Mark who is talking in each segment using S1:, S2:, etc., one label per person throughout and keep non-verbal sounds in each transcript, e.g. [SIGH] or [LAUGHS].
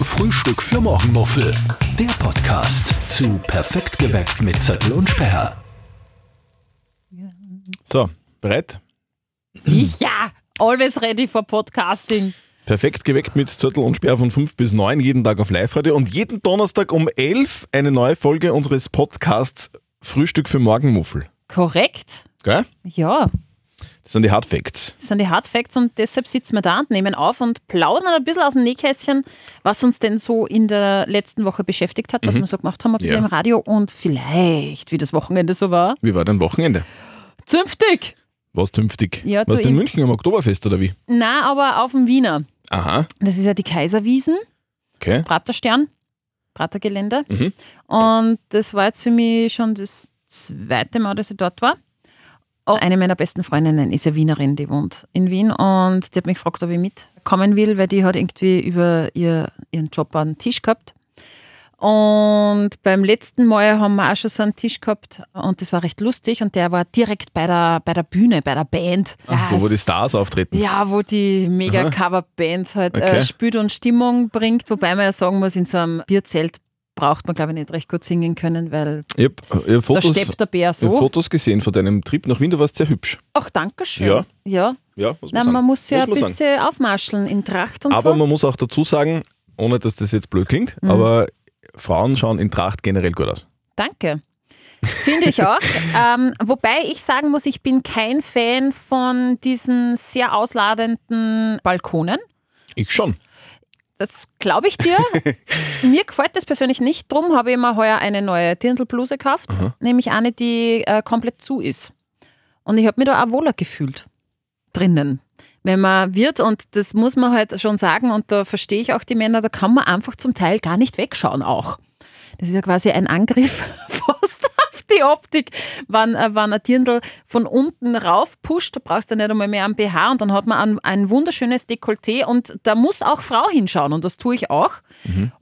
S1: Frühstück für Morgenmuffel. Der Podcast zu Perfekt geweckt mit Zettel und Sperr.
S2: So, bereit?
S3: Sicher! Always ready for podcasting.
S2: Perfekt geweckt mit Zettel und Sperr von 5 bis 9, jeden Tag auf Live-Radio und jeden Donnerstag um 11 eine neue Folge unseres Podcasts Frühstück für Morgenmuffel.
S3: Korrekt?
S2: Gell?
S3: Ja,
S2: Das sind die Hard Facts.
S3: das sind die Hard Facts und deshalb sitzen wir da und nehmen auf und plaudern ein bisschen aus dem Nähkästchen, was uns denn so in der letzten Woche beschäftigt hat, was wir so gemacht haben, ein bisschen
S2: Ja.
S3: im Radio und vielleicht, wie das Wochenende so war.
S2: Wie war dein Wochenende?
S3: Zünftig!
S2: Warst zünftig?
S3: Ja, du,
S2: Warst du in
S3: ich-
S2: München am Oktoberfest oder wie?
S3: Na, aber auf dem Wiener.
S2: Aha,
S3: Das ist ja die Kaiserwiesen,
S2: okay.
S3: Praterstern, Pratergelände.
S2: Mhm.
S3: Und das war jetzt für mich schon das zweite Mal, dass ich dort war. Und Eine meiner besten Freundinnen ist ja Wienerin, die wohnt in Wien und die hat mich gefragt, ob ich mitkommen will, weil die hat irgendwie über ihr, ihren Job einen Tisch gehabt. Und beim letzten Mal haben wir auch schon so einen Tisch gehabt und das war recht lustig und der war direkt bei der, bei der Bühne, bei der Band. Ah,
S2: Ach,
S3: Ja,
S2: so, Ah, wo die
S3: es-
S2: Stars auftreten.
S3: ja, wo die Mega-Cover-Band halt
S2: Okay.
S3: äh, spielt und Stimmung bringt, wobei man ja sagen muss, in so einem Bierzelt braucht man, glaube ich, nicht recht gut singen können, weil
S2: Ich hab, ich hab Fotos,
S3: da steppt der Bär
S2: ich hab
S3: so.
S2: Fotos gesehen von deinem Trip nach Wien, du warst sehr hübsch.
S3: Ach, danke schön.
S2: Ja.
S3: ja.
S2: Ja, muss
S3: Nein, man muss
S2: Muss
S3: ja ein
S2: man sagen.
S3: bisschen aufmarscheln in Tracht und
S2: Aber
S3: so. Mhm.
S2: man muss auch dazu sagen, ohne dass das jetzt blöd klingt, aber Frauen schauen in Tracht generell gut aus.
S3: Danke. Finde ich
S2: [LAUGHS]
S3: auch. ähm, wobei ich sagen muss, ich bin kein Fan von diesen sehr ausladenden Balkonen.
S2: Ich schon.
S3: Das glaube ich dir. Mir gefällt das persönlich nicht. Drum habe ich mir heuer eine neue Dirndlbluse gekauft, nämlich eine, die äh, komplett zu ist. Und ich habe mich da auch wohler gefühlt drinnen. Wenn man wird, und das muss man halt schon sagen, und da verstehe ich auch die Männer, da kann man einfach zum Teil gar nicht wegschauen auch. Das ist ja quasi ein Angriff [LAUGHS] fast auf die Optik. Wenn, äh, wenn ein Dirndl von unten raufpusht, da brauchst du nicht einmal mehr am BH und dann hat man ein, ein wunderschönes Dekolleté und da muss auch Frau hinschauen und das tue ich auch.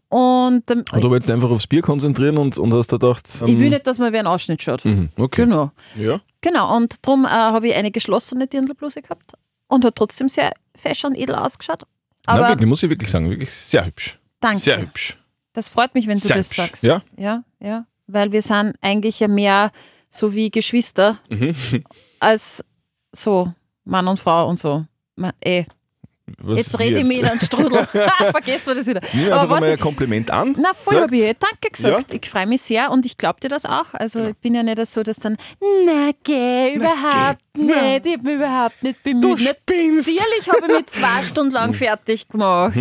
S3: Und ähm,
S2: Und du wolltest einfach aufs Bier konzentrieren und, und hast da gedacht,
S3: ich will
S2: ähm,
S3: nicht, dass man wie einen Ausschnitt schaut.
S2: mhm, okay.
S3: Genau.
S2: Ja.
S3: Genau, und darum äh, habe ich eine geschlossene Dirndlbluse gehabt und hat trotzdem sehr fashion edel ausgeschaut.
S2: Nein,
S3: Aber
S2: wirklich, muss ich wirklich sagen, wirklich sehr hübsch.
S3: danke.
S2: Sehr hübsch.
S3: Das freut mich, wenn du
S2: Sehr
S3: das
S2: hübsch,
S3: sagst.
S2: ja.
S3: ja, ja. Weil wir sind eigentlich ja mehr so wie Geschwister
S2: Mhm.
S3: [LAUGHS] als so Mann und Frau und so. Ma- ey,
S2: Was
S3: jetzt rede ich mich in
S2: [LAUGHS]
S3: einen Strudel. Vergessen wir das wieder.
S2: Nimm einfach
S3: Aber
S2: mal
S3: was
S2: ein
S3: ich,
S2: Kompliment an.
S3: na, voll
S2: Sag's.
S3: habe ich eh Danke gesagt. Ich freue mich sehr und ich glaube dir das auch. Also
S2: Genau.
S3: ich bin ja nicht so, dass dann, na geh, überhaupt nicht, ich hab mich überhaupt nicht bemüht.
S2: Du
S3: nicht
S2: spinnst! Mhm.
S3: Natürlich habe ich mich zwei
S2: [LAUGHS]
S3: Stunden lang fertig gemacht.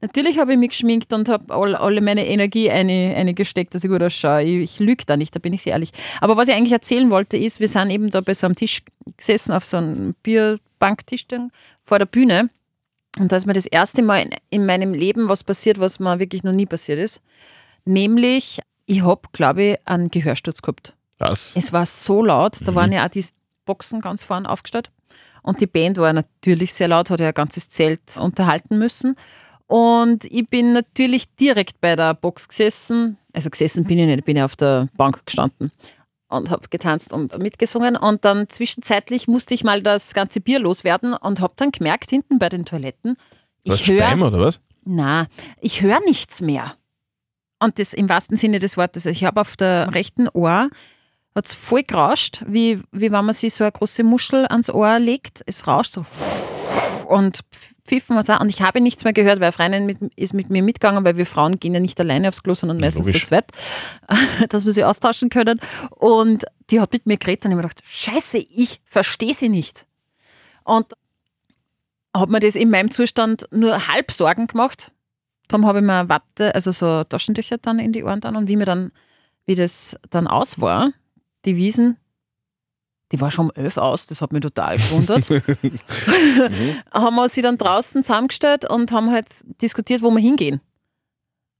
S3: Natürlich habe ich mich geschminkt und habe all, alle meine Energie eine, eine gesteckt, dass ich gut ausschaue. Ich, ich lüge da nicht, da bin ich sehr ehrlich. Aber was ich eigentlich erzählen wollte, ist, wir sind eben da bei so einem Tisch gesessen, auf so einem Bierbanktisch dann vor der Bühne. Und da ist mir das erste Mal in, in meinem Leben was passiert, was mir wirklich noch nie passiert ist. Nämlich, ich habe, glaube ich, einen Gehörsturz gehabt.
S2: Was?
S3: Es war so laut, da waren ja auch die Boxen ganz vorne aufgestellt. Und die Band war natürlich sehr laut, hat ja ein ganzes Zelt unterhalten müssen. Und ich bin natürlich direkt bei der Box gesessen. Also gesessen bin ich nicht, bin ja auf der Bank gestanden und habe getanzt und mitgesungen. Und dann zwischenzeitlich musste ich mal das ganze Bier loswerden und habe dann gemerkt, hinten bei den Toiletten,
S2: Was
S3: ich höre
S2: Speim oder was?
S3: na, ich höre nichts mehr. Und das im wahrsten Sinne des Wortes. Ich habe auf der rechten Ohr, hat es voll gerauscht, wie, wie wenn man sich so eine große Muschel ans Ohr legt. Es rauscht so. Und pfiffen und so. Und ich habe nichts mehr gehört, weil eine Freundin mit, ist mit mir mitgegangen, weil wir Frauen gehen ja nicht alleine aufs Klo, sondern meistens
S2: logisch.
S3: zu zweit, [LAUGHS] dass wir sie austauschen können. Und die hat mit mir geredet und ich habe mir gedacht, scheiße, ich verstehe sie nicht. Und hat mir das in meinem Zustand nur halb Sorgen gemacht. Darum habe ich mir Watte, also so Taschentücher dann in die Ohren dann und wie mir dann, wie das dann aus war, die Wiesen, die war schon um elf aus, das hat mich
S2: [LAUGHS]
S3: total gewundert. [LAUGHS] Haben wir sie dann draußen zusammengestellt und haben halt diskutiert, wo wir hingehen.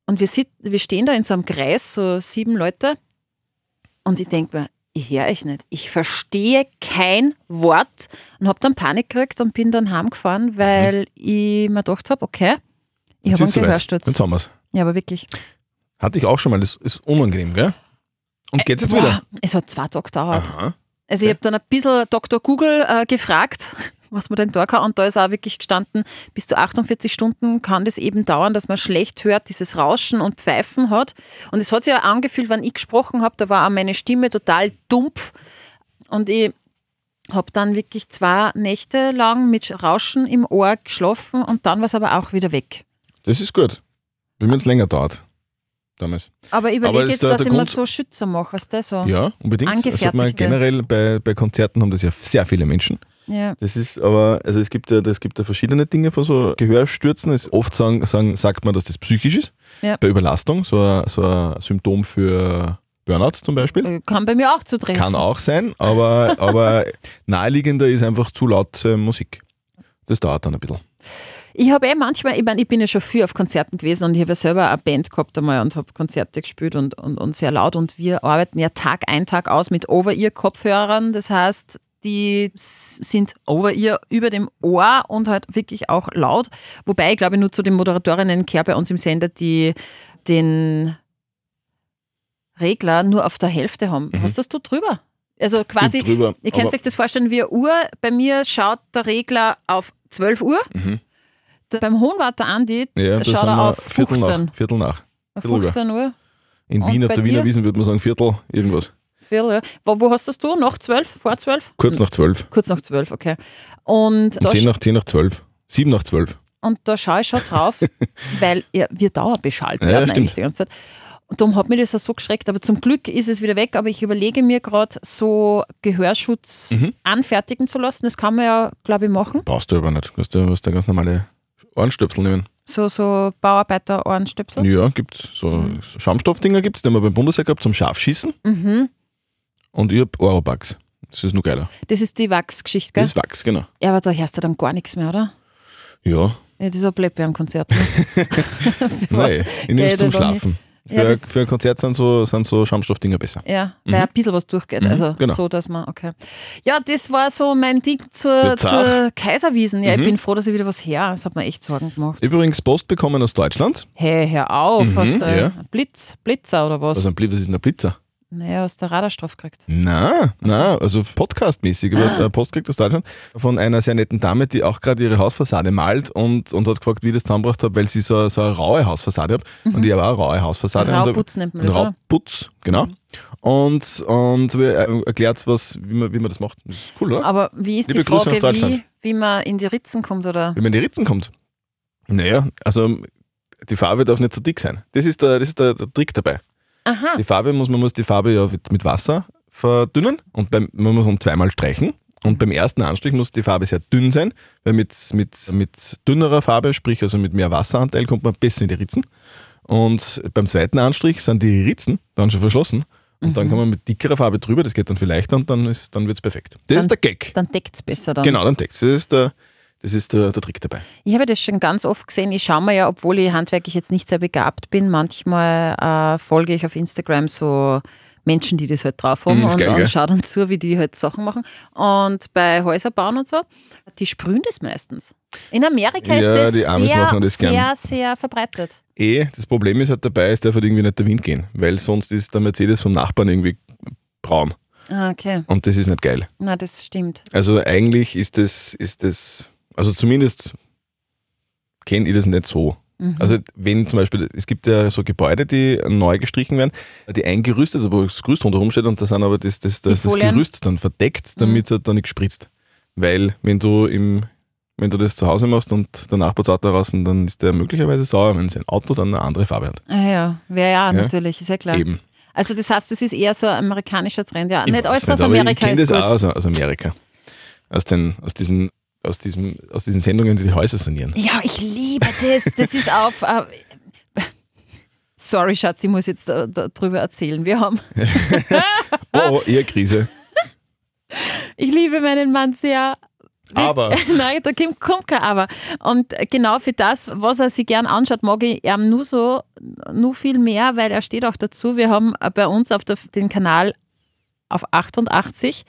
S3: Und wir, sit, wir stehen da in so einem Kreis, so sieben Leute, und ich denke mir, ich höre euch nicht. Ich verstehe kein Wort und habe dann Panik gekriegt und bin dann heimgefahren, weil ich mir gedacht habe, okay, ich
S2: Mhm. Jetzt
S3: habe einen
S2: ist soweit.
S3: Gehörsturz.
S2: Jetzt haben wir's.
S3: Ja, aber wirklich.
S2: Hatte ich auch schon mal, das ist unangenehm, gell? Und
S3: Äh,
S2: geht's jetzt
S3: Boah,
S2: wieder?
S3: Es hat zwei Tage gedauert.
S2: Aha.
S3: Also ich habe dann ein bisschen Dr. Google äh, gefragt, was man denn da kann. Und da ist auch wirklich gestanden, bis zu 48 Stunden kann das eben dauern, dass man schlecht hört, dieses Rauschen und Pfeifen hat. Und es hat sich ja angefühlt, wenn ich gesprochen habe, da war auch meine Stimme total dumpf. Und ich habe dann wirklich zwei Nächte lang mit Rauschen im Ohr geschlafen und dann war es aber auch wieder weg.
S2: Das ist gut. Wenn es länger dauert. Damals.
S3: Aber ich überlege
S2: ist
S3: jetzt,
S2: da
S3: dass
S2: der
S3: ich mir
S2: Grund-
S3: so Schützer mache, was das so.
S2: Ja, unbedingt. Also hat man
S3: Angefertigte.
S2: generell bei, bei Konzerten haben das ja sehr viele Menschen.
S3: Ja.
S2: Das ist aber, also es gibt ja, es gibt ja verschiedene Dinge von so Gehörstürzen. Es oft sagen, sagen, sagt man, dass das psychisch ist.
S3: Ja.
S2: Bei Überlastung, so ein, so ein Symptom für Burnout zum Beispiel.
S3: Kann bei mir auch zutreffen.
S2: Kann auch sein, aber,
S3: [LAUGHS]
S2: aber naheliegender ist einfach zu laut äh, Musik. Das dauert dann ein bisschen.
S3: Ich habe eh manchmal, ich meine, ich bin ja schon viel auf Konzerten gewesen und ich habe ja selber eine Band gehabt einmal und habe Konzerte gespielt und, und, und sehr laut und wir arbeiten ja Tag ein, Tag aus mit Over-Ear-Kopfhörern. Das heißt, die s- sind Over-Ear über dem Ohr und halt wirklich auch laut. Wobei ich glaube, nur zu den Moderatorinnen gehört bei uns im Sender, die den Regler nur auf der Hälfte haben. Was hast du drüber? Also quasi,
S2: Gut drüber,
S3: Ihr könnt
S2: aber-
S3: euch das vorstellen wie eine Uhr. Bei mir schaut der Regler auf 12 Uhr.
S2: Mhm.
S3: Da- Beim Hohenwarter Andi
S2: Ja, da
S3: schaut
S2: sind
S3: er
S2: wir
S3: auf
S2: Viertel
S3: 15,
S2: nach. Viertel nach.
S3: auf
S2: Viertel über.
S3: 15 Uhr.
S2: In
S3: Und
S2: Wien, auf
S3: bei
S2: der Wiener
S3: dir?
S2: Wiesen würde man sagen Viertel, irgendwas.
S3: Viertel, ja. Wo, wo hast das du? Nach 12? Vor 12?
S2: Kurz nach zwölf.
S3: Kurz nach 12, okay. Und Hm. da,
S2: Und zehn
S3: sch-
S2: nach, zehn nach zwölf. Sieben nach zwölf.
S3: und da schaue ich schon
S2: [LAUGHS]
S3: drauf, weil ja, wir dauerbeschallt
S2: Ja,
S3: werden
S2: stimmt.
S3: eigentlich die ganze Zeit. Und darum hat mich das auch so geschreckt. Aber zum Glück ist es wieder weg. Aber ich überlege mir gerade, so Gehörschutz
S2: Mhm.
S3: anfertigen zu lassen. Das kann man ja, glaube ich, machen.
S2: Brauchst du aber nicht. Du kannst ja was da ganz normale Ohrenstöpsel nehmen.
S3: So, so Bauarbeiter-Ohrenstöpsel.
S2: Ja, gibt es. So so Schaumstoffdinger gibt es, die haben wir beim Bundesheer gehabt zum Scharfschießen.
S3: Mhm.
S2: Und ich habe Oropax. Das ist noch geiler.
S3: Das ist die Wachsgeschichte, gell?
S2: Das ist Wachs, genau.
S3: Ja, aber da hörst du dann gar nichts mehr, oder?
S2: Ja,
S3: Ja, das ist ein Blöd bei einem
S2: [LAUGHS]
S3: Konzert. ne? [LAUGHS] Für was?
S2: nein, ich nehme
S3: Geht
S2: es zum
S3: ja gar nicht.
S2: Schlafen. Für,
S3: Ja,
S2: ein-
S3: das-
S2: für ein Konzert sind so, sind so Schaumstoffdinger besser.
S3: Ja, weil ein bisschen was durchgeht.
S2: Mhm,
S3: Also
S2: genau.
S3: so, dass man, okay. Ja, das war so mein Ding zur,
S2: Wird's
S3: zur Kaiserwiesen. Ja,
S2: Mhm.
S3: ich bin froh, dass ich wieder was her. Das hat mir echt Sorgen gemacht.
S2: Übrigens Post bekommen aus Deutschland.
S3: Hey, hör auf,
S2: Mhm,
S3: hast du
S2: ja.
S3: einen Blitz, Blitzer oder was?
S2: Also ein Blitz, was ist denn ein Blitzer?
S3: naja, aus der Radarstrafe gekriegt.
S2: Na, na, also podcastmäßig. Aber äh, Post kriegt aus Deutschland von einer sehr netten Dame, die auch gerade ihre Hausfassade malt und, und hat gefragt, wie ich das zusammengebracht habe, weil sie so, so eine raue Hausfassade hat. Und ich habe auch eine raue Hausfassade. Und hab-
S3: Rauputz nennt man das, oder?
S2: Rauputz, genau. Und, und habe ihr, äh, erklärt, was, wie, man, wie man das macht. Das ist cool, oder?
S3: Aber wie ist
S2: Liebe
S3: die
S2: Grüße
S3: Frage,
S2: nach
S3: wie,
S2: Deutschland.
S3: wie man in die Ritzen kommt, oder?
S2: Wenn man in die Ritzen kommt. Naja, also die Farbe darf nicht zu dick sein. Das ist der, das ist der, der Trick dabei.
S3: Aha,
S2: Die Farbe muss, man muss die Farbe ja mit, mit Wasser verdünnen und beim, man muss um zweimal streichen. Und beim ersten Anstrich muss die Farbe sehr dünn sein, weil mit, mit, mit dünnerer Farbe, sprich also mit mehr Wasseranteil, kommt man besser in die Ritzen. Und beim zweiten Anstrich sind die Ritzen dann schon verschlossen. Und
S3: Mhm.
S2: dann kann man mit dickerer Farbe drüber, das geht dann viel leichter und dann, ist- dann wird es perfekt. Das ist der Gag.
S3: dann deckt es besser dann.
S2: Genau, dann Text. Das ist der, das ist der, der Trick dabei.
S3: Ich habe das schon ganz oft gesehen. Ich schaue mir ja, obwohl ich handwerklich jetzt nicht sehr begabt bin, manchmal äh, folge ich auf Instagram so Menschen, die das halt drauf haben
S2: Mm, ist
S3: und,
S2: geil, gell?
S3: und schaue dann zu, wie die halt Sachen machen. Und bei Häuser bauen und so, die sprühen das meistens. In Amerika
S2: Ja,
S3: ist das
S2: die Amis
S3: sehr,
S2: machen das
S3: sehr,
S2: gern.
S3: sehr, verbreitet.
S2: Eh, das Problem ist halt dabei, es darf halt irgendwie nicht der Wind gehen, weil sonst ist der Mercedes vom Nachbarn irgendwie braun.
S3: Ah, Okay,
S2: Und das ist nicht geil.
S3: na das stimmt.
S2: Also eigentlich ist das, ist das, also zumindest kenne ich das nicht so.
S3: Mhm.
S2: Also wenn zum Beispiel, es gibt ja so Gebäude, die neu gestrichen werden, die eingerüstet, also wo das Gerüst rundherum steht und da sind aber das, das, das, das
S3: Folien. Mhm.
S2: Gerüst dann verdeckt, damit es halt dann nicht spritzt. Weil wenn du im wenn du das zu Hause machst und der Nachbar zahlt da raus, dann ist der möglicherweise sauer, wenn sein Auto dann eine andere Farbe hat.
S3: Ah ja, wäre ja, natürlich, ist ja klar.
S2: Eben.
S3: Also das heißt, das ist eher so ein amerikanischer Trend. Ja, nicht
S2: Ich
S3: alles
S2: weiß
S3: aus
S2: nicht, aber
S3: Amerika
S2: ich
S3: ist
S2: kenne das
S3: gut.
S2: auch aus, aus Amerika. Aus, den, aus, diesen, aus, diesem, aus diesen Sendungen, die die Häuser sanieren.
S3: Ja, ich liebe das. Das ist auf. Äh, sorry, Schatz, ich muss jetzt da, da drüber erzählen. Wir haben.
S2: Oh, Ehekrise.
S3: Ich liebe meinen Mann sehr.
S2: Aber
S3: [LAUGHS] Nein, da kommt, kommt kein Aber. Und genau für das, was er sich gern anschaut, mag ich ihm nur so, nur viel mehr, weil er steht auch dazu. Wir haben bei uns auf der, den Kanal auf 88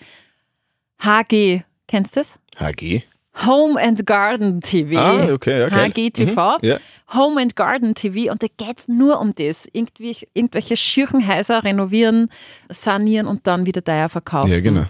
S3: HG. Kennst du das?
S2: HG.
S3: Home and Garden TV.
S2: Ah, okay, ja, geil.
S3: HGTV.
S2: Mhm, ja.
S3: Home and Garden TV und da geht es nur um das. Irgendwie, irgendwelche Schirchenhäuser renovieren, sanieren und dann wieder teuer verkaufen.
S2: Ja, genau.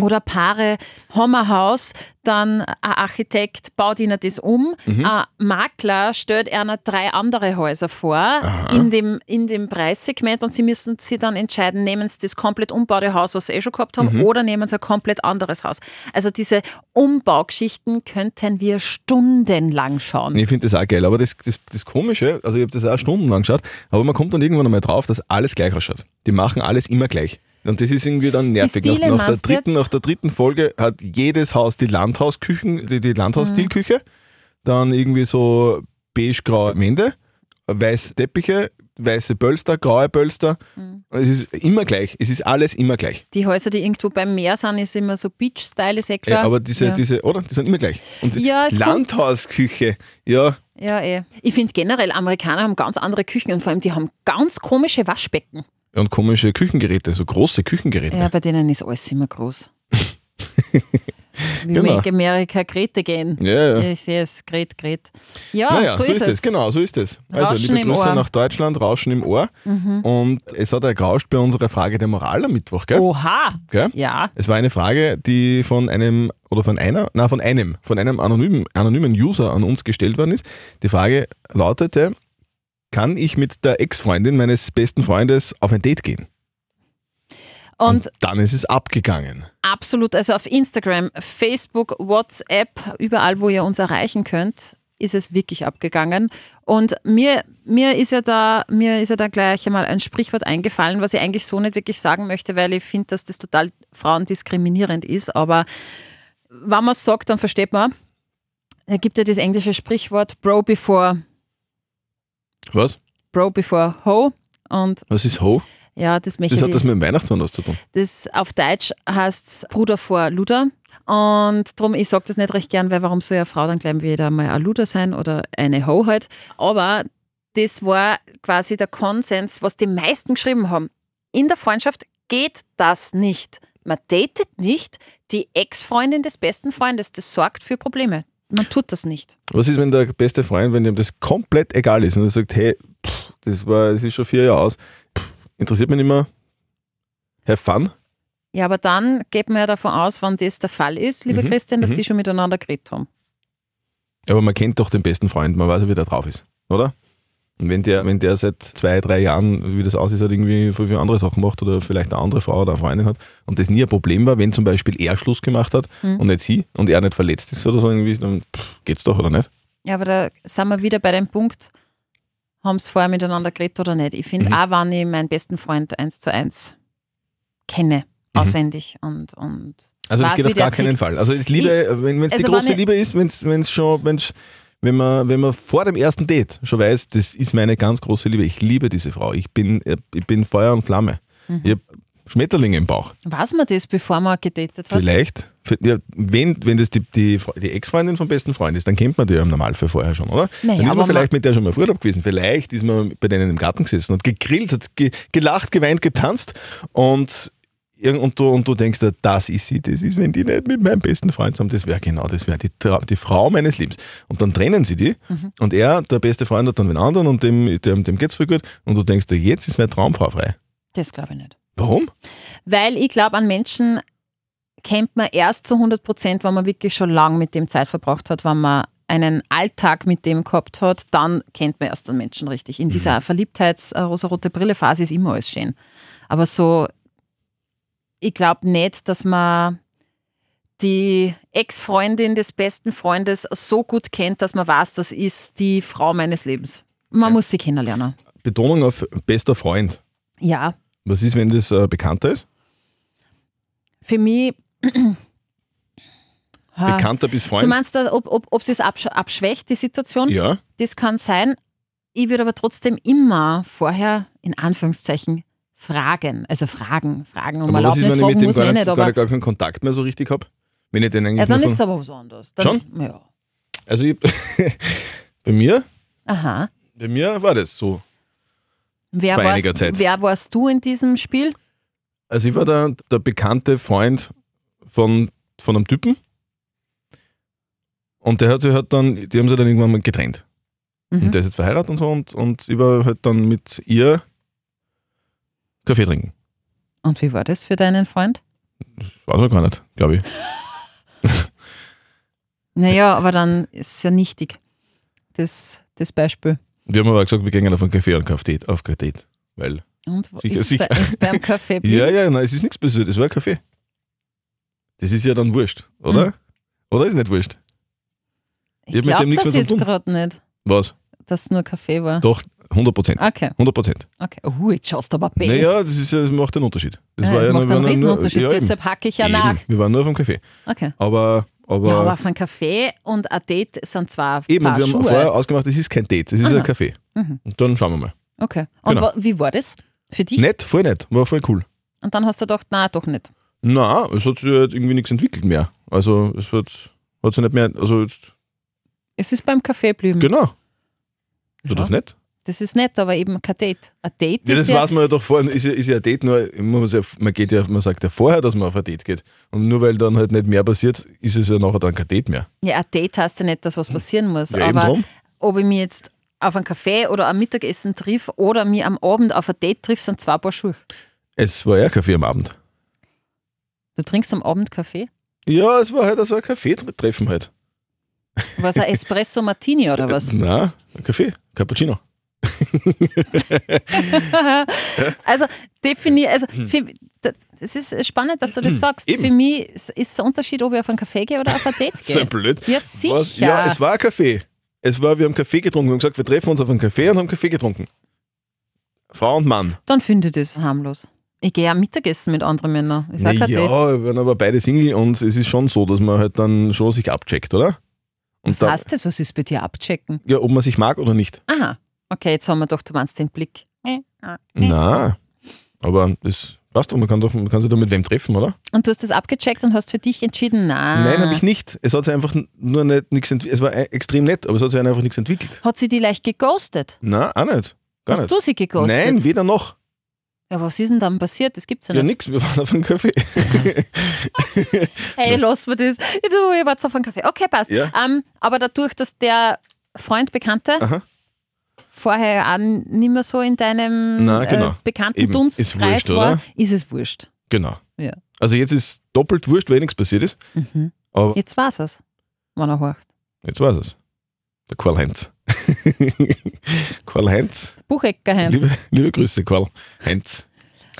S3: Oder Paare, haben ein Haus, dann ein Architekt baut ihnen das um,
S2: Mhm.
S3: ein Makler stellt ihnen drei andere Häuser vor in dem, in dem Preissegment und sie müssen sie dann entscheiden, nehmen sie das komplett umbaute Haus, was sie eh schon gehabt haben,
S2: Mhm.
S3: oder nehmen sie ein komplett anderes Haus. Also diese Umbaugeschichten könnten wir stundenlang schauen.
S2: Ich finde das auch geil, aber das, das, das Komische, also ich habe das auch stundenlang geschaut, aber man kommt dann irgendwann einmal drauf, dass alles gleich ausschaut. Die machen alles immer gleich. Und das ist irgendwie dann nervig.
S3: Stile
S2: nach, nach, der
S3: meinst du
S2: dritten,
S3: jetzt?
S2: nach der dritten Folge hat jedes Haus die Landhausküchen, die, die Landhausstilküche, dann irgendwie so beige-graue Wände, weiße Teppiche, weiße Pölster, graue Pölster.
S3: Mhm.
S2: Es ist immer gleich. Es ist alles immer gleich.
S3: Die Häuser, die irgendwo beim Meer sind, ist immer so Beach-Style, ist eh
S2: Äh,
S3: klar.
S2: Aber diese,
S3: ja.
S2: diese, oder? Die sind immer gleich. Und die
S3: Ja, es kommt-
S2: Landhausküche, ja,
S3: Ja, eh. Ich finde generell, Amerikaner haben ganz andere Küchen und vor allem, die haben ganz komische Waschbecken.
S2: und komische Küchengeräte, so große Küchengeräte.
S3: Ja, bei denen ist alles
S2: [LAUGHS]
S3: immer groß. Wie
S2: Genau.
S3: genau. Amerika Grete gehen.
S2: Ja, ja.
S3: Yes, yes, Gret, Gret. Ja,
S2: naja,
S3: so, ist es.
S2: Genau, so ist es. also,
S3: Rauschen
S2: liebe
S3: im
S2: Grüße
S3: Ohr. Mhm.
S2: nach Deutschland, Rauschen im Ohr. Und es hat ja gerauscht bei unserer Frage der Moral am Mittwoch,
S3: Oh.
S2: gell?
S3: Oha!
S2: gell?
S3: Ja.
S2: Es war eine Frage, die von einem, oder von einer, na von einem, von einem anonymen, anonymen User an uns gestellt worden ist. Die Frage lautete, kann ich mit der Ex-Freundin meines besten Freundes auf ein Date gehen?
S3: Und
S2: Dann ist es abgegangen.
S3: absolut, also auf Instagram, Facebook, WhatsApp, überall, wo ihr uns erreichen könnt, ist es wirklich abgegangen. Und mir, mir, ist ja da, mir ist ja da gleich einmal ein Sprichwort eingefallen, was ich eigentlich so nicht wirklich sagen möchte, weil ich finde, dass das total frauendiskriminierend ist. Aber wenn man es sagt, dann versteht man. Da gibt ja das englische Sprichwort Bro before,
S2: Was?
S3: Bro before Ho. Und
S2: Was ist Ho?
S3: ja, das möchte
S2: Das hat
S3: ich-
S2: das mit dem Weihnachtsmann was zu tun.
S3: das auf Deutsch heißt Bruder vor Luder. Und drum, ich sage das nicht recht gern, weil warum soll ja Frau dann gleich wieder mal ein Luder sein oder eine Ho halt. Aber das war quasi der Konsens, was die meisten geschrieben haben. In der Freundschaft geht das nicht. Man datet nicht die Ex-Freundin des besten Freundes. Das sorgt für Probleme. Man tut das nicht.
S2: Was ist, wenn der beste Freund, wenn ihm das komplett egal ist und er sagt, hey, pff, das, war, das ist schon vier Jahre aus, pff, interessiert mich nicht mehr, have fun?
S3: Ja, aber dann geht man ja davon aus, wann das der Fall ist, lieber
S2: Mhm,
S3: Christian, dass
S2: mhm.
S3: die schon miteinander geredet haben.
S2: Aber man kennt doch den besten Freund, man weiß ja, wie der drauf ist, oder? Und wenn der, wenn der seit zwei, drei Jahren, wie das aussieht, halt irgendwie voll viele andere Sachen macht oder vielleicht eine andere Frau oder eine Freundin hat und das nie ein Problem war, wenn zum Beispiel er Schluss gemacht hat und nicht sie und er nicht verletzt ist oder so irgendwie, dann pff, geht's doch, oder nicht?
S3: Ja, aber da sind wir wieder bei dem Punkt, haben sie vorher miteinander geredet oder nicht. Ich finde auch, wenn ich meinen besten Freund eins zu eins kenne, auswendig und, und
S2: Also das
S3: weiß,
S2: geht
S3: wie
S2: auf
S3: der
S2: gar keinen
S3: tickt.
S2: Fall. Also die Liebe, wenn es die
S3: also
S2: große
S3: wenn ich-
S2: Liebe ist, wenn's, wenn's schon, wenn's, wenn man, wenn man vor dem ersten Date schon weiß, das ist meine ganz große Liebe. Ich liebe diese Frau. Ich bin, äh, ich bin Feuer und Flamme. Ich habe Schmetterlinge im Bauch.
S3: Weiß man das, bevor man gedatet hat?
S2: Vielleicht. Für- Ja, wenn, wenn das die, die, Fre- die Ex-Freundin vom besten Freund ist, dann kennt man die ja im Normalfall vorher schon, oder?
S3: Naja,
S2: dann ist man
S3: aber
S2: vielleicht mit der schon mal auf Urlaub gewesen. Vielleicht ist man bei denen im Garten gesessen und gegrillt, hat ge gelacht, geweint, getanzt und, irg- und, du, und du denkst, dir, das ist sie, das ist, wenn die nicht mit meinem besten Freund zusammen, das wäre genau, das wäre die, Tra- die Frau meines Lebens. Und dann trennen sie die und er, der beste Freund, hat dann den anderen und dem, dem, dem geht's voll gut und du denkst, dir, jetzt ist meine Traumfrau frei.
S3: Das glaube ich nicht.
S2: Warum?
S3: Weil ich glaube, an Menschen kennt man erst zu 100 Prozent, wenn man wirklich schon lang mit dem Zeit verbracht hat, wenn man einen Alltag mit dem gehabt hat, dann kennt man erst den Menschen richtig. In dieser Verliebtheits-rosarote-Brille-Phase ist immer alles schön. Aber so, ich glaube nicht, dass man die Ex-Freundin des besten Freundes so gut kennt, dass man weiß, das ist die Frau meines Lebens. Man muss sie kennenlernen.
S2: Betonung auf bester Freund.
S3: Ja,
S2: Was ist, wenn das äh, bekannter ist?
S3: für mich... [CLEARS THROAT] Ah.
S2: Bekannter bis Freund?
S3: Du meinst, da, ob, ob, ob sie es absch abschwächt, die Situation?
S2: ja.
S3: Das kann sein. Ich würde aber trotzdem immer vorher in Anführungszeichen fragen. Also fragen, fragen um
S2: Aber was ist, wenn ich
S3: Erlaubnis, fragen
S2: mit dem
S3: muss
S2: gar,
S3: man
S2: nicht,
S3: nicht,
S2: gar,
S3: aber
S2: gar keinen Kontakt mehr so richtig habe? Wenn ich den eigentlich
S3: ja, dann
S2: nur
S3: ist es
S2: so,
S3: aber was anderes. Dann,
S2: Schon?
S3: Ja.
S2: Also ich, [LAUGHS] bei, mir,
S3: Aha.
S2: bei mir war das so.
S3: Wer
S2: Vor einiger
S3: warst,
S2: Zeit.
S3: wer warst du in diesem Spiel?
S2: Also ich war der, der bekannte Freund von, von einem Typen und der hat sich halt dann, die haben sich dann irgendwann mal getrennt.
S3: Mhm.
S2: Und äh, der ist jetzt verheiratet und so und, und ich war halt dann mit ihr Kaffee trinken.
S3: Und wie war das für deinen Freund?
S2: Weiß man gar nicht, glaube ich.
S3: Naja, aber dann ist es ja nichtig, das, das Beispiel.
S2: Wir haben aber gesagt, wir gehen auf einen Kaffee und Kaffee, auf Kaffee. Weil.
S3: Und wo
S2: Sicher,
S3: ist,
S2: sicher.
S3: Bei, ist beim Kaffee
S2: [LAUGHS] Ja, ja, nein, es ist nichts passiert, es war ein Kaffee. Das ist ja dann wurscht, oder?
S3: Hm.
S2: Oder ist nicht wurscht?
S3: Ich
S2: Ich hab mit
S3: glaube
S2: dem nichts mehr
S3: das
S2: zu
S3: jetzt
S2: tun.
S3: gerade nicht,
S2: Was?
S3: dass es nur Kaffee war.
S2: Doch, 100 Prozent.
S3: Okay,
S2: 100 Prozent.
S3: okay. Uh, jetzt schaust du aber besser.
S2: Naja, das, ist ja, das macht einen Unterschied. Das
S3: Ja,
S2: war ja
S3: macht
S2: wir
S3: einen
S2: waren
S3: Riesenunterschied,
S2: ja, eben.
S3: deshalb hacke ich ja
S2: Eben.
S3: nach.
S2: Wir waren nur auf dem Kaffee.
S3: Okay.
S2: Aber, aber,
S3: Ja, aber auf einen Kaffee und ein Date sind zwar
S2: eben, und
S3: paar
S2: wir haben
S3: Schuhe.
S2: vorher ausgemacht, das ist kein Date, das ist ein Kaffee.
S3: Mhm.
S2: Und dann schauen wir mal.
S3: okay. Und
S2: Genau. Ne-
S3: wa- wie war das für dich?
S2: Nett, voll nett, war voll cool.
S3: Und dann hast du gedacht, nein, doch nicht.
S2: Na, es hat sich halt irgendwie nichts entwickelt mehr. Also es wird, hat sich nicht mehr, also jetzt,
S3: Es ist beim Kaffee geblieben.
S2: genau.
S3: Mhm. Ja.
S2: Du doch nicht?
S3: Das ist nett, aber eben kein Date. Ein Date
S2: Ja,
S3: ist
S2: das
S3: ja,
S2: weiß man ja doch vorher, ist ja, ist ja ein Date, nur man, muss ja, man, geht ja, man sagt ja vorher, dass man auf ein Date geht. Und nur weil dann halt nicht mehr passiert, ist es ja nachher dann kein Date mehr.
S3: ja, ein Date heißt ja nicht, dass was passieren muss.
S2: Ja, eben
S3: aber
S2: drum.
S3: ob ich mich jetzt auf einen Kaffee oder am Mittagessen triff oder mich am Abend auf ein Date triff, sind zwei Paar Schuhe.
S2: Es war ja Kaffee am Abend.
S3: Du trinkst am Abend Kaffee?
S2: Ja, es war halt also ein Kaffeetreffen halt. [LAUGHS]
S3: War es ein Espresso Martini oder was?
S2: Na, Kaffee, Cappuccino.
S3: [LAUGHS] Also definier, also für, das ist äh, spannend, dass du das sagst.
S2: Hm. Eben.
S3: Für mich ist ist der Unterschied, ob ich auf einen Kaffee gehe oder auf ein
S2: [LAUGHS]
S3: Date
S2: So
S3: gehe.
S2: ein blöd.
S3: Ja,
S2: Was?
S3: sicher.
S2: Ja, es war ein Kaffee. Es war, wir haben Kaffee getrunken. Wir haben gesagt, wir treffen uns auf einen Kaffee und haben Kaffee getrunken. Frau und Mann.
S3: Dann finde ich das harmlos. Ich gehe am Mittagessen mit anderen Männern. Ich
S2: Ja,
S3: sage kein Date.
S2: wir waren aber beide Single und es ist schon so, dass man halt dann schon sich abcheckt, oder? Und
S3: Was
S2: da-
S3: heißt das? Was ist bei dir abchecken?
S2: Ja, ob man sich mag oder nicht.
S3: Aha. Okay, jetzt haben wir doch, du meinst den Blick.
S2: Na, Hm. aber das passt doch. Man kann, doch, man kann sich doch mit wem treffen, oder?
S3: Und du hast das abgecheckt und hast für dich entschieden, nein.
S2: Nein, habe ich nicht. Es hat sich einfach nur nicht nichts entwickelt. Es war e- extrem nett, aber es hat sich einfach nichts entwickelt.
S3: Hat sie die leicht geghostet?
S2: Na, auch nicht. Gar
S3: hast
S2: nicht.
S3: du sie geghostet?
S2: Nein, weder noch.
S3: Ja, was ist denn dann passiert? Das gibt's ja
S2: Ja,
S3: nicht.
S2: nix. Wir waren auf einem Kaffee.
S3: Hey, lass mir das. Du, ihr wart auf einen Kaffee. Okay, passt.
S2: Ja.
S3: Ähm, aber dadurch, dass der Freund, Bekannte
S2: Aha.
S3: vorher auch nicht mehr so in deinem
S2: Na, genau.
S3: äh, bekannten
S2: Eben.
S3: Dunstkreis
S2: Ist wurscht,
S3: war,
S2: oder?
S3: ist es wurscht.
S2: Genau.
S3: Ja.
S2: Also jetzt ist doppelt wurscht, weil nichts passiert ist.
S3: Mhm.
S2: Aber
S3: Jetzt war's es, wenn er horcht.
S2: jetzt weiß es. Der Karl Heinz. [LAUGHS] Karl Heinz.
S3: Buchecker
S2: Liebe,
S3: Heinz.
S2: liebe Grüße, Karl Heinz.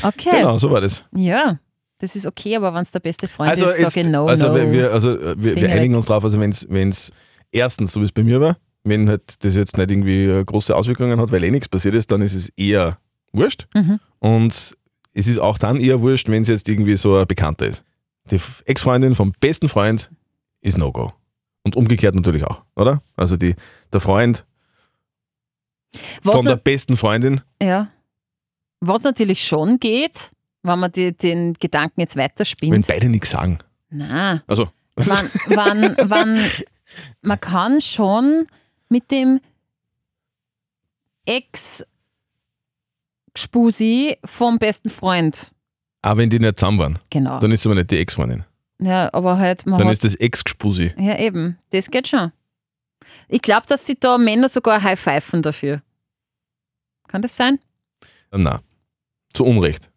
S3: Okay,
S2: Genau, so war das.
S3: ja. Das ist okay, aber wenn es der beste Freund
S2: also
S3: ist,
S2: jetzt,
S3: sage ich no,
S2: also
S3: no.
S2: wir,
S3: halt
S2: wir, also äh, wir,
S3: Finger
S2: wir
S3: weg.
S2: einigen uns drauf, also wenn es erstens, so wie es bei mir war, wenn halt das jetzt nicht irgendwie äh, große Auswirkungen hat, weil eh nichts passiert ist, dann ist es eher wurscht.
S3: Mhm.
S2: Und es ist auch dann eher wurscht, wenn es jetzt irgendwie so ein Bekannter ist. Die F- Ex-Freundin vom besten Freund ist No-Go. Und umgekehrt natürlich auch, oder? Also die, der Freund
S3: Was
S2: von der
S3: na-
S2: besten Freundin.
S3: ja. Was natürlich schon geht, wenn man die, den Gedanken jetzt
S2: Wenn
S3: weiterspinnt.
S2: beide nichts sagen.
S3: Nein.
S2: Also,
S3: wann, wann, wann, man kann schon mit dem Ex-Spusi vom besten Freund,
S2: [LAUGHS] auch wenn die nicht zusammen waren,
S3: genau.
S2: dann ist es aber nicht die Ex-Freundin.
S3: Ja, aber halt, man
S2: Dann
S3: hat,
S2: ist das Ex-Gespusi.
S3: ja eben, das geht schon. Ich glaube, dass sie da Männer sogar high pfeifen dafür. Kann das sein?
S2: Na, zu
S3: [LAUGHS]
S2: Unrecht.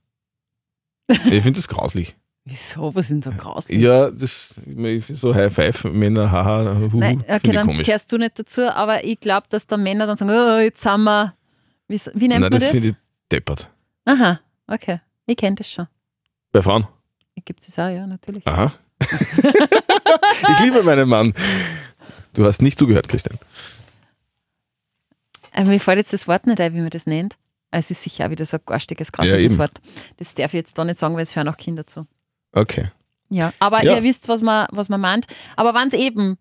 S2: Ich finde das grauslich.
S3: Wieso? Was sind da grauslich?
S2: Ja, uh, das ich find so High Five, Männer, haha, huhu,
S3: Nein, äh,
S2: finde
S3: okay,
S2: ich
S3: dann
S2: komisch.
S3: gehörst du nicht dazu, aber ich glaube, dass da Männer dann sagen, oh, jetzt sind wir. Wie, wie
S2: Nein,
S3: nennt man
S2: das
S3: das?
S2: finde ich deppert.
S3: Aha, okay. Ich kenne das schon.
S2: Bei Frauen?
S3: Gibt es auch, ja, natürlich. [LAUGHS]
S2: Aha. ich liebe meinen Mann. Du hast nicht zugehört, Christian.
S3: Aber Äh, mir fällt jetzt das Wort nicht ein, wie man das nennt. Also es ist sicher auch wieder so ein garstiges,
S2: Ja,
S3: grausliches
S2: eben.
S3: Wort. Das darf ich jetzt da nicht sagen, weil es hören auch Kinder zu.
S2: Okay.
S3: Ja. Aber
S2: Ja.
S3: ihr wisst, was man, was man meint. Aber wenn es eben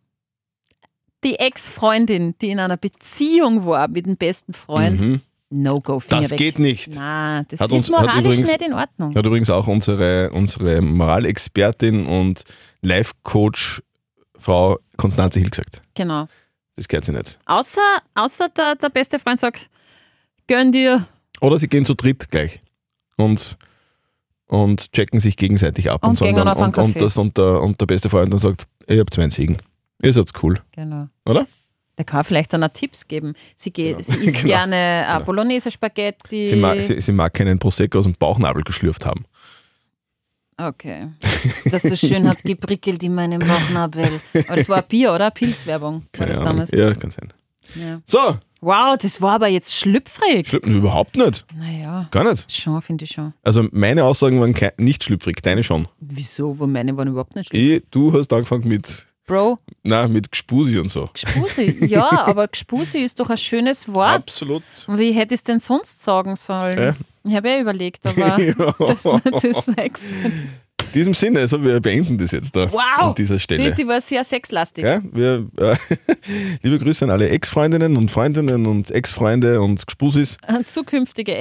S3: die Ex-Freundin, die in einer Beziehung war mit dem besten Freund,
S2: Mhm.
S3: no-go, Finger
S2: Das
S3: weg.
S2: geht nicht.
S3: Nein, das
S2: Hat
S3: ist
S2: uns- hat
S3: moralisch
S2: übrigens-
S3: nicht in Ordnung.
S2: Hat übrigens auch unsere, unsere Moralexpertin und Life-Coach Frau Konstanze Hill gesagt.
S3: Genau.
S2: Das gehört sie nicht.
S3: Außer, außer der, der beste Freund sagt, gönn dir
S2: Oder sie gehen zu dritt gleich und, und checken sich gegenseitig ab.
S3: Und
S2: sagen
S3: gehen
S2: dann-
S3: auf einen
S2: und, und,
S3: Kaffee.
S2: das, und, der, und der beste Freund dann sagt, ihr habt meinen Segen. Ihr seid cool.
S3: Genau.
S2: Oder?
S3: Der kann vielleicht dann auch Tipps geben. Sie, geht,
S2: Genau. [LAUGHS]
S3: sie isst
S2: Genau.
S3: gerne äh,
S2: Genau.
S3: Bolognese-Spaghetti.
S2: Sie mag, sie, sie mag keinen Prosecco aus dem Bauchnabel geschlürft haben.
S3: Okay. Dass so schön hat geprickelt in meinem Bauchnabel. Aber das war ein Bier, oder? Pilzwerbung war
S2: Keine
S3: das
S2: Ahnung.
S3: damals.
S2: Ja, kann sein.
S3: Ja.
S2: So,
S3: Wow, das war aber jetzt schlüpfrig.
S2: schlüpfen überhaupt nicht.
S3: naja,
S2: Gar nicht.
S3: schon, finde ich schon.
S2: Also meine Aussagen waren kei- nicht schlüpfrig, deine schon.
S3: Wieso? Wo meine waren überhaupt nicht schlüpfrig.
S2: Ich, du hast angefangen mit,
S3: Bro,
S2: na, mit Gspusi und so.
S3: Gspusi.
S2: [LAUGHS]
S3: ja, aber Gspusi ist doch ein schönes Wort.
S2: Absolut.
S3: Und Wie hätte ich es denn sonst sagen sollen?
S2: Äh?
S3: Ich habe ja überlegt, aber
S2: [LAUGHS]
S3: dass mir das eingefallen
S2: In diesem Sinne, so wir beenden das jetzt da
S3: Wow!
S2: an dieser Stelle.
S3: Die, die war sehr sexlastig.
S2: Ja, wir, äh, [LAUGHS] liebe Grüße an alle Ex-Freundinnen und Freundinnen und Ex-Freunde und Gspusis.
S3: Äh, Zukünftige
S2: Wir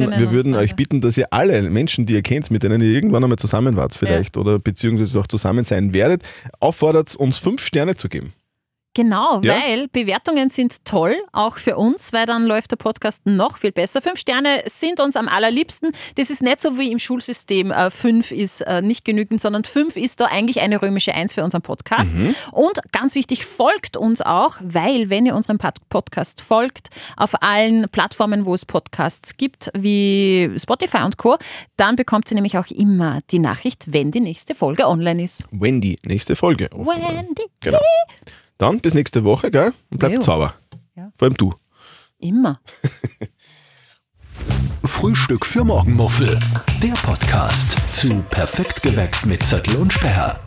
S2: würden, wir
S3: Also und
S2: würden
S3: Freunde.
S2: euch bitten, dass ihr alle Menschen, die ihr kennt, mit denen ihr irgendwann einmal zusammen wart vielleicht oder beziehungsweise auch zusammen sein werdet, auffordert, uns fünf Sterne zu geben.
S3: Genau,
S2: Ja?
S3: weil Bewertungen sind toll, auch für uns, weil dann läuft der Podcast noch viel besser. Fünf Sterne sind uns am allerliebsten. Das ist nicht so wie im Schulsystem. äh, Fünf ist äh, nicht genügend, sondern fünf ist da eigentlich eine römische Eins für unseren Podcast.
S2: Mhm.
S3: Und ganz wichtig, folgt uns auch, weil wenn ihr unserem Pod- Podcast folgt, auf allen Plattformen, wo es Podcasts gibt, wie Spotify und Co., dann bekommt ihr nämlich auch immer die Nachricht, wenn die nächste Folge online ist.
S2: Wendy, nächste Folge.
S3: Wendy,
S2: Genau. Dann bis nächste Woche, gell? Und bleibt
S3: Jo.
S2: sauber.
S3: Ja.
S2: Vor allem du.
S3: immer.
S1: Frühstück für Morgenmuffel. Der Podcast zu Perfekt geweckt mit Zettel und Sperr.